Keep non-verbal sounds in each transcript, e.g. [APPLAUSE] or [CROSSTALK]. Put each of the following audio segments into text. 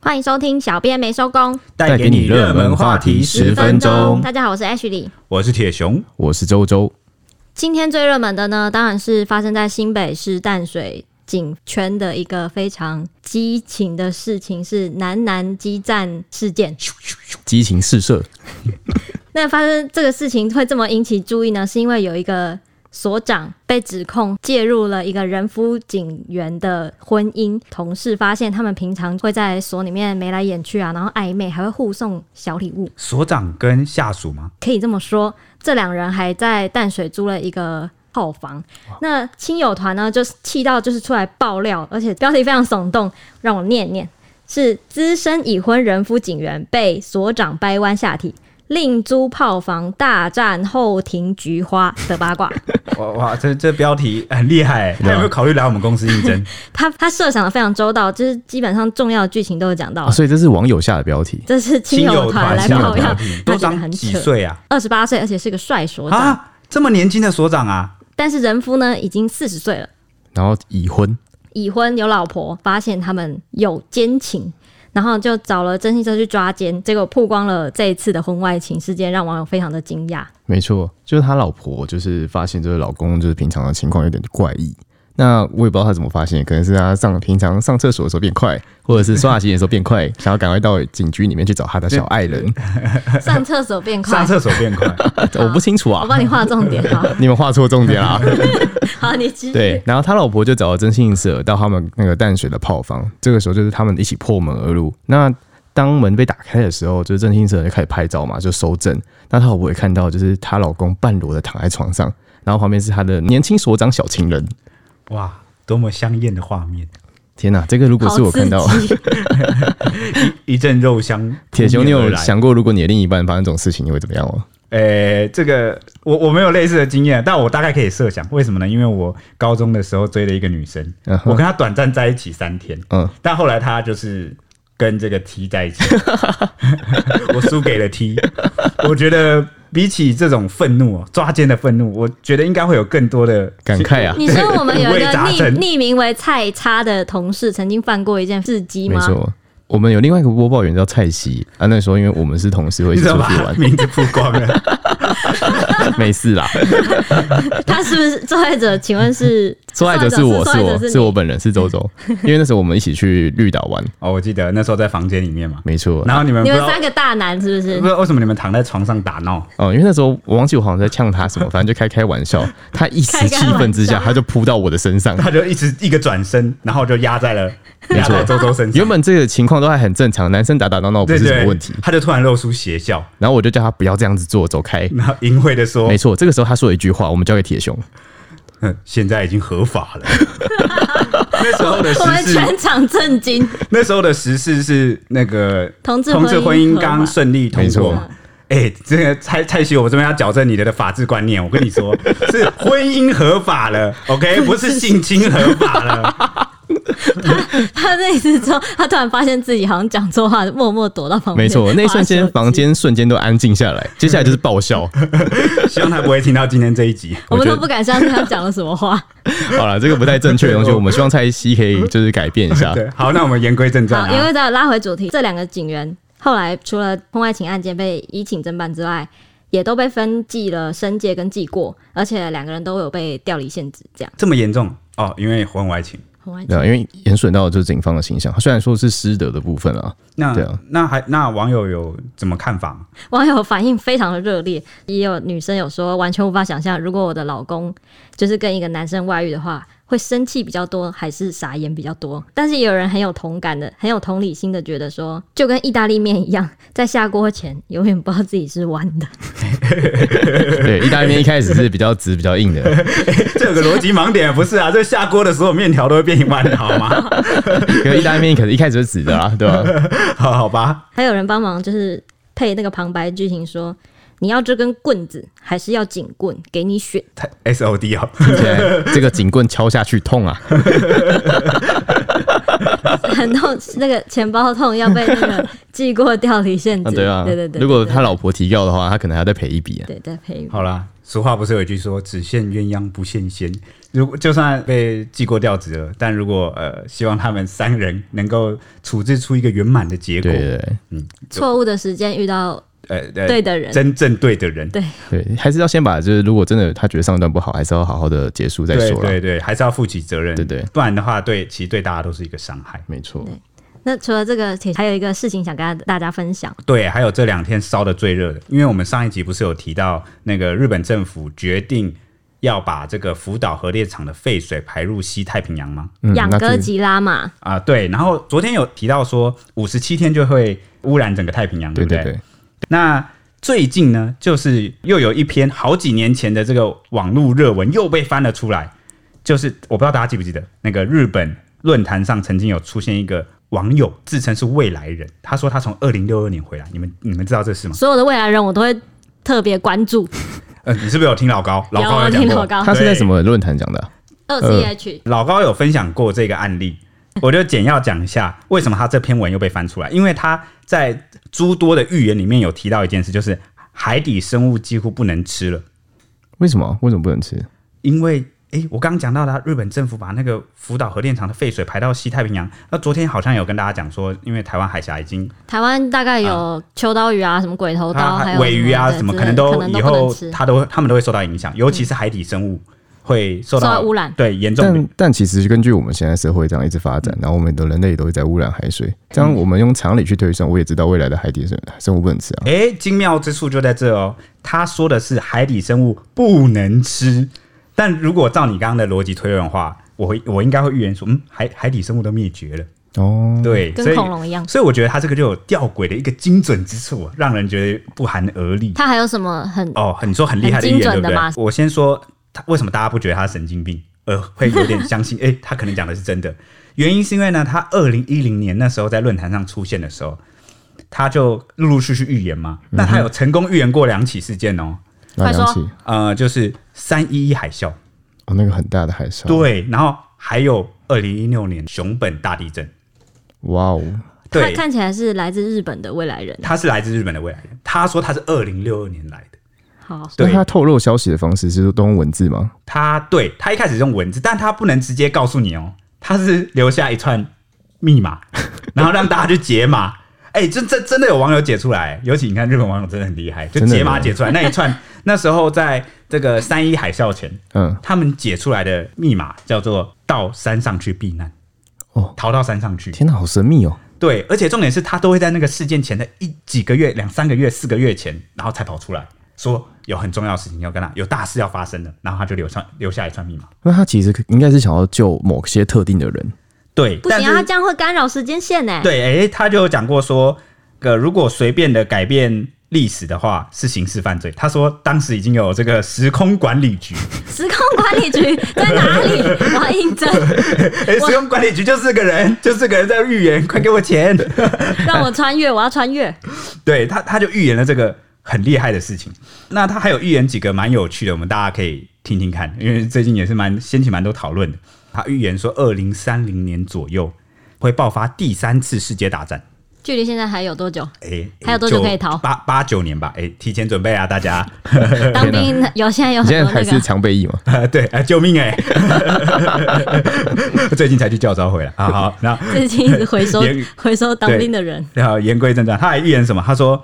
欢迎收听《小编没收工》，带给你热门话题十分钟。大家好，我是 Ashley。我是铁熊，我是周周，今天最热门的呢，当然是发生在新北市淡水警圈的一个非常激情的事情，是南南激战事件。激情四射，那发生这个事情会这么引起注意呢，是因为有一个所长被指控介入了一个人夫警员的婚姻，同事发现他们平常会在所里面眉来眼去啊，然后暧昧，还会互送小礼物。所长跟下属吗？可以这么说，这两人还在淡水租了一个套房。那亲友团呢，就是气到就是出来爆料，而且标题非常耸动，让我念念：是资深已婚人夫警员被所长掰弯下体。另租炮房大战后庭菊花的八 [LAUGHS] 卦，哇哇，这这标题很厉害欸，他有没有考虑来我们公司应征？他他设想的非常周到，就是基本上重要的剧情都有讲到啊，。所以这是网友下的标题。这是亲友团来 [LAUGHS] 哦亲友爆料团，他所觉得长很几扯。岁啊？二十八岁，而且是个帅所长，啊，这么年轻的所长啊，但是人夫呢已经四十岁了。然后已婚，已婚有老婆，发现他们有奸情，然后就找了征信社去抓奸，结果曝光了这一次的婚外情事件，让网友非常的惊 [LAUGHS] 讶。没错，就是他老婆，就是发现就是老公就是平常的情况有点怪异。那我也不知道他怎么发现，可能是他上平常上厕所的时候变快，或者是刷牙洗脸的时候变快，想要赶快到警局里面去找他的小爱人。上厕所变快上，厕所变快，我不清楚我啊，帮你画重点哈。 [LAUGHS] 你们画错重点啊啦。好，你 [LAUGHS] 继续。对，然后他老婆就找到征信社到他们那个淡水的炮房，这个时候就是他们一起破门而入。那当门被打开的时候，就是征信社就开始拍照嘛，就收证。那他老婆也看到，就是她老公半裸的躺在床上，然后旁边是他的年轻所长小情人。哇，多么香艳的画面，天哪、这个如果好是我看到，刺激一阵肉香。铁熊，扑你面而有来想过如果你的另一半发生这种事情，你会怎么样哦吗？诶、这个我我没有类似的经验，但我大概可以设想，为什么呢？因为我高中的时候追了一个女生，嗯哼我跟她短暂在一起三天，嗯，但后来她就是跟这个 T 在一 [LAUGHS] 起，我输给了 T。我觉得比起这种愤怒哦，抓奸的愤怒，我觉得应该会有更多的感慨啊 [LAUGHS] 你说我们 [LAUGHS] 有一个五味杂匿陈匿名为菜叉的同事，曾经犯过一件事迹没吗？错。我们有另外一个播报员叫蔡西啊，那时候因为我们是同事，会一你起怎出么去把 [LAUGHS] 玩，名字曝光了？ [LAUGHS] 没事啦。他是不是受害者？请问 [LAUGHS] 是受害者是受我，是害者我，是是你我本人，是周周。因为那时候我们一起去绿岛玩，哦，我记得那时候在房间里面 [LAUGHS] 嘛，没错。然后你们不你知们道三个大男是不是不？知道为什么你们躺在床上打闹，哦，因为那时候我忘记我好像在呛他什么，反正就开开玩笑。他一时气愤之下，他就扑到我的身上。他就一直一个转身，然后就压在了压在周周身上。原本这个情况都还很正常，男生打打闹闹不对是对，什么问题。他就突然露出邪笑，然后我就叫他不要这样子做，走开。然后淫秽的说没错，这个时候他说了一句话，我们交给铁熊。：“哼现在已经合法 [LAUGHS] 了。”那时候的我们时事，全场震惊。那时候的时事是那个同志同志婚婚姻姻合刚法顺利通没过错嘛。哎、这个蔡蔡徐，我这边要矫正你的法治观念。我跟你说，是婚姻合法了，OK，不 [LAUGHS] 是性侵合法了。他那一次之后，他突然发现自己好像讲错话，默默躲到旁边。没 [LAUGHS] 错，那一瞬划手间机房，间瞬间都安静下来，接下来就是爆笑。希望他不会听到今天这一集。我们我觉都得不敢相信他讲了什么 [LAUGHS] 话。好了，这个不太正确的东西，我们希望蔡西可以就是改变一 [LAUGHS] 下。对，好，那我们言归正传好，因啊。为再拉回主题，这两个警员后来除了婚外情案件被移请侦办之外，也都被分记了申诫跟记过，而且两个人都有被调离现职。这样这么严重哦，因为婚外情。婚外情对啊，因为严损到就是警方的形象，虽然说是失德的部分啊，那、对啊那还那网友有怎么看法吗？ [LAUGHS] 网友反应非常的热烈，也有女生有说完全无法想象，如果我的老公就是跟一个男生外遇的话，会生气比较多，还是傻眼比较多？但是也有人很有同感的，很有同理心的，觉得说就跟意大利面一样，在下锅前永远不知道自己是弯的。 [LAUGHS] 对，意大利面一开始是比较直、比较 [LAUGHS] 硬的，这有个逻辑盲点，不是啊？这下锅的时候面条都会变弯的，好吗？ [LAUGHS] 可是意大利面可能一开始是直的啊啦，对吧、好好吧，还有人帮忙就是配那个旁白剧情说。你要这根棍子，还是要警棍？给你选。太 S O D 哦， [LAUGHS] 听起来这个警棍敲下去 [LAUGHS] 痛啊！很痛，那个钱包痛要被那个记过调离现啊职。对啊，对对对。如果对他老婆提告的话，他可能还要再赔一笔啊。对对再赔一笔好啦，俗话不是有一句说“只羡鸳鸯不羡仙”，如果就算被记过调职了，但如果呃，希望他们三人能够处置出一个圆满的结果对，对嗯，错误的时间遇到呃呃，对的人，真正对的人，对对，对还是要先把就是如果真的他觉得上一段不好，还是要好好的结束再对说啦。对对，还是要负起责任，对对不然的话，对，其实对大家都是一个伤害。没错，那除了这个，其实还有一个事情想跟大家分享，对，还有这两天烧的最热的，因为我们上一集不是有提到那个日本政府决定要把这个福岛核电厂的废水排入西太平洋吗？嗯，养那哥这吉拉嘛，啊、对。然后昨天有提到说，五十七天就会污染整个太平洋，对不对对，那最近呢，就是又有一篇好几年前的这个网络热文又被翻了出来，就是我不知道大家记不记得，那个日本论坛上曾经有出现一个网友自称是未来人，他说他从二零六二年回来，你们你们知道这事吗？所有的未来人我都会特别关注。呃，你是不是有听老高？老高有有我讲听过，老高他是在对什么论坛讲的啊？二呃 C H，老高有分享过这个案例，我就简要讲一下为什么他这篇文又被翻出来，因为他在诸多的预言里面有提到一件事，就是海底生物几乎不能吃了，为什么为什么不能吃？因为诶、我刚刚讲到他日本政府把那个福岛核电厂的废水排到西太平洋，那昨天好像有跟大家讲说，因为台湾海峡已经台湾大概有秋刀鱼啊，什么鬼头刀，还有尾鱼啊对什么，之可类能的都可能以不能后吃。他都他们都会受到影响，尤其是海底生物会受受到到污染对严重的但但其实根据我们现在社会这样一直发嗯展，然后我们的人类也都会在污染海水，这样我们用常理去推算，我也知道未来的海底生生物不能吃啊。诶，哎精妙之处就在这哦。他说的是海底生物不能吃，但如果照你刚刚的逻辑推论的话，我会我应该会预言说，嗯，海海底生物都灭绝了。哦，对，所跟以嗯恐龙一样。所以我觉得他这个就有吊诡的一个精准之处啊，让人觉得不寒而栗。他还有什么很哦，很你说很厉害的很预言，对精不准的对嘛？我先说他为什么大家不觉得他神经病，呃，会有点相信，诶， [LAUGHS] 他可能讲的是真的。原因是因为呢，他二零一零年那时候在论坛上出现的时候，他就陆陆续续预言嘛。那他有成功预言过两起事件哦，那快说两起呃，就是三一一海啸，哦，那个很大的海啸，，对，然后还有二零一六年熊本大地震，哇哦，他对，看起来是来自日本的未来人？他是来自日本的未来人，他说他是二零六二年来的。好，对那他透露消息的方式是都用文字吗？他对他一开始用文字，但他不能直接告诉你哦，他是留下一串密 [LAUGHS] 码，然后让大家去解码。哎、这这真的有网友解出来，尤其你看日本网友真的很厉害，就真的解码有解出来那一 [LAUGHS] 串。那时候在这个三一海啸前，嗯，他们解出来的密码叫做“到山上去避难”，哦逃到山上去。天哪，好神秘哦。对，而且重点是他都会在那个事件前的一几个月、两三个月、四个月前，然后才跑出来说有很重要的事情要跟他，有大事要发生了，然后他就留下留下一串密码。那他其实应该是想要救某些特定的人，对，不行但啊，是他这样会干扰时间线呢。对，诶，他就有讲过说，呃，如果随便的改变历史的话，是刑事犯罪。他说当时已经有这个时空管 [LAUGHS] 理局，时空管理局在哪 [LAUGHS] 里？我要应征，诶，时空管理局就是个人，就是个人在预言，快给我钱。让我穿越，我要穿越。对他，他就预言了这个很厉害的事情。那他还有预言几个蛮有趣的，我们大家可以听听看，因为最近也是蛮掀起蛮多讨论的。他预言说，二零三零年左右会爆发第三次世界大战。距离现在还有多久？哎、诶还有多久九可以逃八八九年吧，哎、提前准备啊，大家。当兵有现在有很你现在多还那是个，常备 [LAUGHS] 役吗？啊，对，啊，救命哎、 [LAUGHS] 最近才去教招回来，啊好，那 [LAUGHS] 最近一直回收也 [LAUGHS] 回收当兵的人。然后言归正传，他还预言什么？他说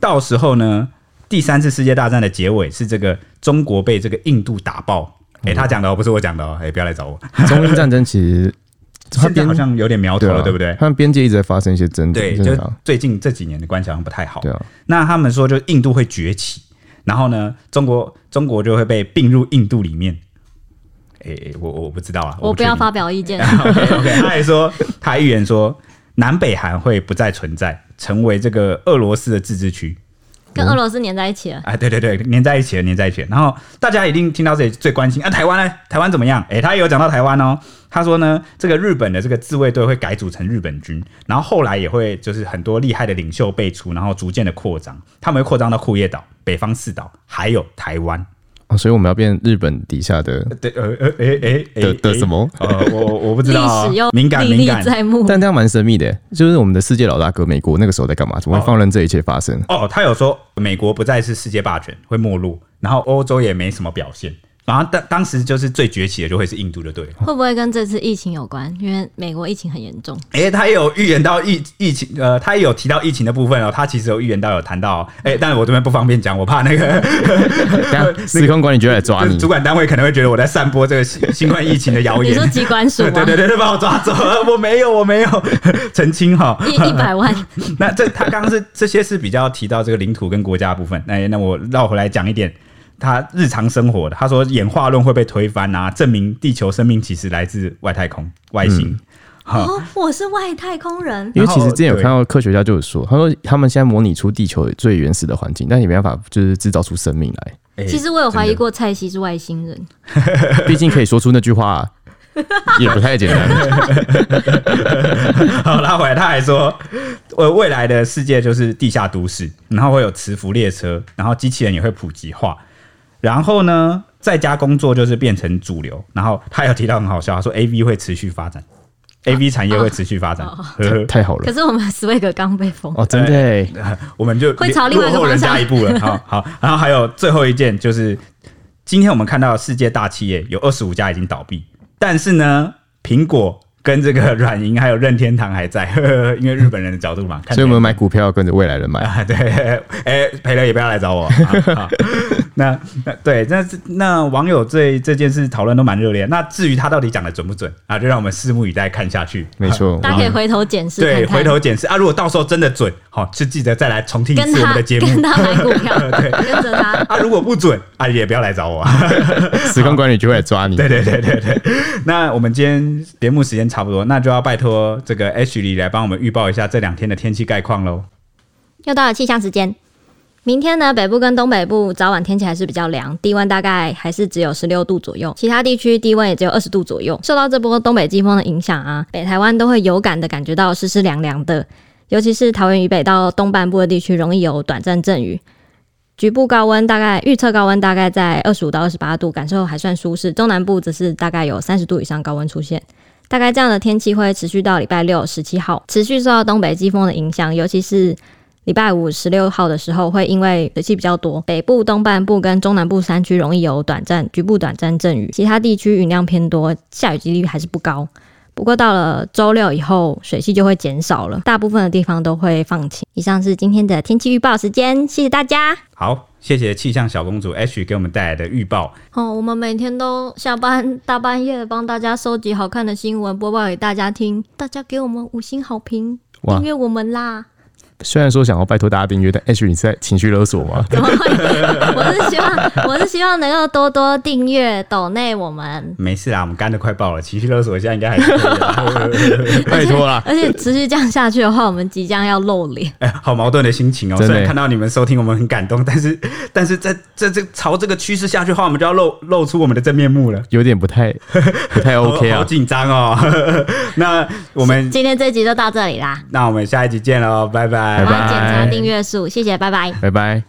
到时候呢，第三次世界大战的结尾是这个中国被这个印度打爆。嗯哎、他讲的、哦、不是我讲的哦，哎、不要来找我。中英战争其实他 [LAUGHS] 现在边好像有点苗头啊了，对不对？他们边界一直在发生一些争对，执，就正常最近这几年的关系好像不太好。啊对啊，那他们说，就印度会崛起，然后呢，中国中国就会被并入印度里面。哎、哎我我不知道啊，我不确要定发表意见， [LAUGHS] OK OK，他还说，他还预言说，南北韩会不再存在，成为这个俄罗斯的自治区。跟俄罗斯粘在一起了。啊，对对对，粘在一起了，粘在一起了。然后大家一定听到这里最关心啊，台湾呢？台湾怎么样？诶，他也有讲到台湾哦。他说呢，这个日本的这个自卫队会改组成日本军，然后后来也会就是很多厉害的领袖辈出，然后逐渐的扩张，他们会扩张到库页岛、北方四岛，还有台湾。哦所以我们要变日本底下的对，呃呃，诶诶诶的的什？么？诶呃，我我我不知历道啊史又，敏感历敏历感。在目。但这样蛮神秘的，就是我们的世界老大哥美国那个时候在干嘛？怎么会放任这一切发 [LAUGHS] 生？哦，他有说美国不再是世界霸权，会没落，然后欧洲也没什么表现，然后当当时就是最崛起的就会是印度，就对了。会不会跟这次疫情有关？因为美国疫情很严重，诶，他也有预言到疫疫情，呃，他也有提到疫情的部分哦，他其实有预言到有谈到哦，诶，但是我这边不方便讲，我怕那个等下时空管理局来抓你主，管单位可能会觉得我在散播这个新新冠疫情的谣你言说。机关署哦 [LAUGHS] 对吗对？对对，把我抓走了，我没有，我没有 [LAUGHS] 澄清哈。一一百 [LAUGHS] 万，那这他刚刚是这些是比较提到这个领土跟国家的部分。那那我绕回来讲一点，他日常生活的，他说演化论会被推翻啊，证明地球生命其实来自外太空外星。哈、哦，我是外太空人，因然为后其实之前有对看到科学家就有说，他说他们现在模拟出地球最原始的环境，但也没办法就是制造出生命来，诶其实我有怀疑过蔡西是外星人，毕竟可以说出那句话、 [LAUGHS] 也不太简单。好，拉回来，他还说，呃，未来的世界就是地下都市，然后会有磁浮列车，然后机器人也会普及化，然后呢，在家工作就是变成主流。然后他有提到很好笑，他说 A V 会持续发展，A V 产业会持续发展，呵呵太好可了是我们 Swag 刚被封，哦，真的欸，我们就会朝另外一个落后人方向家一 [LAUGHS] 步了。好好，然后还有最后一件就是，今天我们看到世界大企业有二十五家已经倒闭，但是呢，苹果。跟这个软银还有任天堂还在， [LAUGHS] 呵呵因为日本人的角度嘛，看所以我们买股票要跟着未来人 [LAUGHS] 买。啊，对，哎、赔了也不要来找我。 [LAUGHS] 啊啊那那对，那是那网友对这件事讨论都蛮热烈。那至于他到底讲的准不准啊，就让我们拭目以待看下去。没错，大家可以回头检视对，看看，回头检视啊，如果到时候真的准，好、就记得再来重听一跟次我们他的节跟目。他买股 [LAUGHS] 票，跟着他。啊，如果不准 [LAUGHS] 啊，也不要来找我、 [LAUGHS] 啊。时空管理局会来抓你。对对对对对。那我们今天节目时间差不多，那就要拜托这个 H 里来帮我们预报一下这两天的天气概况喽。又到了气象时间。明天呢，北部跟东北部早晚天气还是比较凉，低温大概还是只有十六度左右，其他地区低温也只有二十度左右。受到这波东北季风的影响啊，北台湾都会有感的感觉到湿湿凉凉的，尤其是桃园以北到东半部的地区，容易有短暂阵雨。局部高温大概预测高温大概在二十五到二十八度，感受还算舒适。中南部则是大概有三十度以上高温出现。大概这样的天气会持续到礼拜六十七号，持续受到东北季风的影响，尤其是礼拜五十六号的时候，会因为水汽比较多，北部东半部跟中南部山区容易有短暂局部短暂阵雨，其他地区云量偏多，下雨几率还是不高。不过到了周六以后，水汽就会减少了，大部分的地方都会放晴。以上是今天的天气预报时间，谢谢大家。好，谢谢气象小公主 H 给我们带来的预报。哦，我们每天都下班大半夜帮大家收集好看的新闻，播报给大家听，大家给我们五星好评，哇订阅我们啦！虽然说想要拜托大家订阅，但 H 你是在情绪勒 [LAUGHS] 索吗？怎么会？ [LAUGHS] 我是希望，我是希望能够多多订阅、抖内我们，没事啊啦，我们肝都快爆了，情绪勒索一下应该还是可以的。拜托啦！而且持续这样下去的话，我们即将要露脸。哎、 [LAUGHS] 好矛盾的心情哦。真的虽然看到你们收听，我们很感动，但是但是在这这朝这个趋势下去的话，我们就要露露出我们的真面目了。有点不太不太好 OK 好啊。紧张哦。 [LAUGHS] 那我们今天这集就到这里啦，那我们下一集见喽，拜拜我拜要检查订阅数，谢谢，拜拜。拜拜。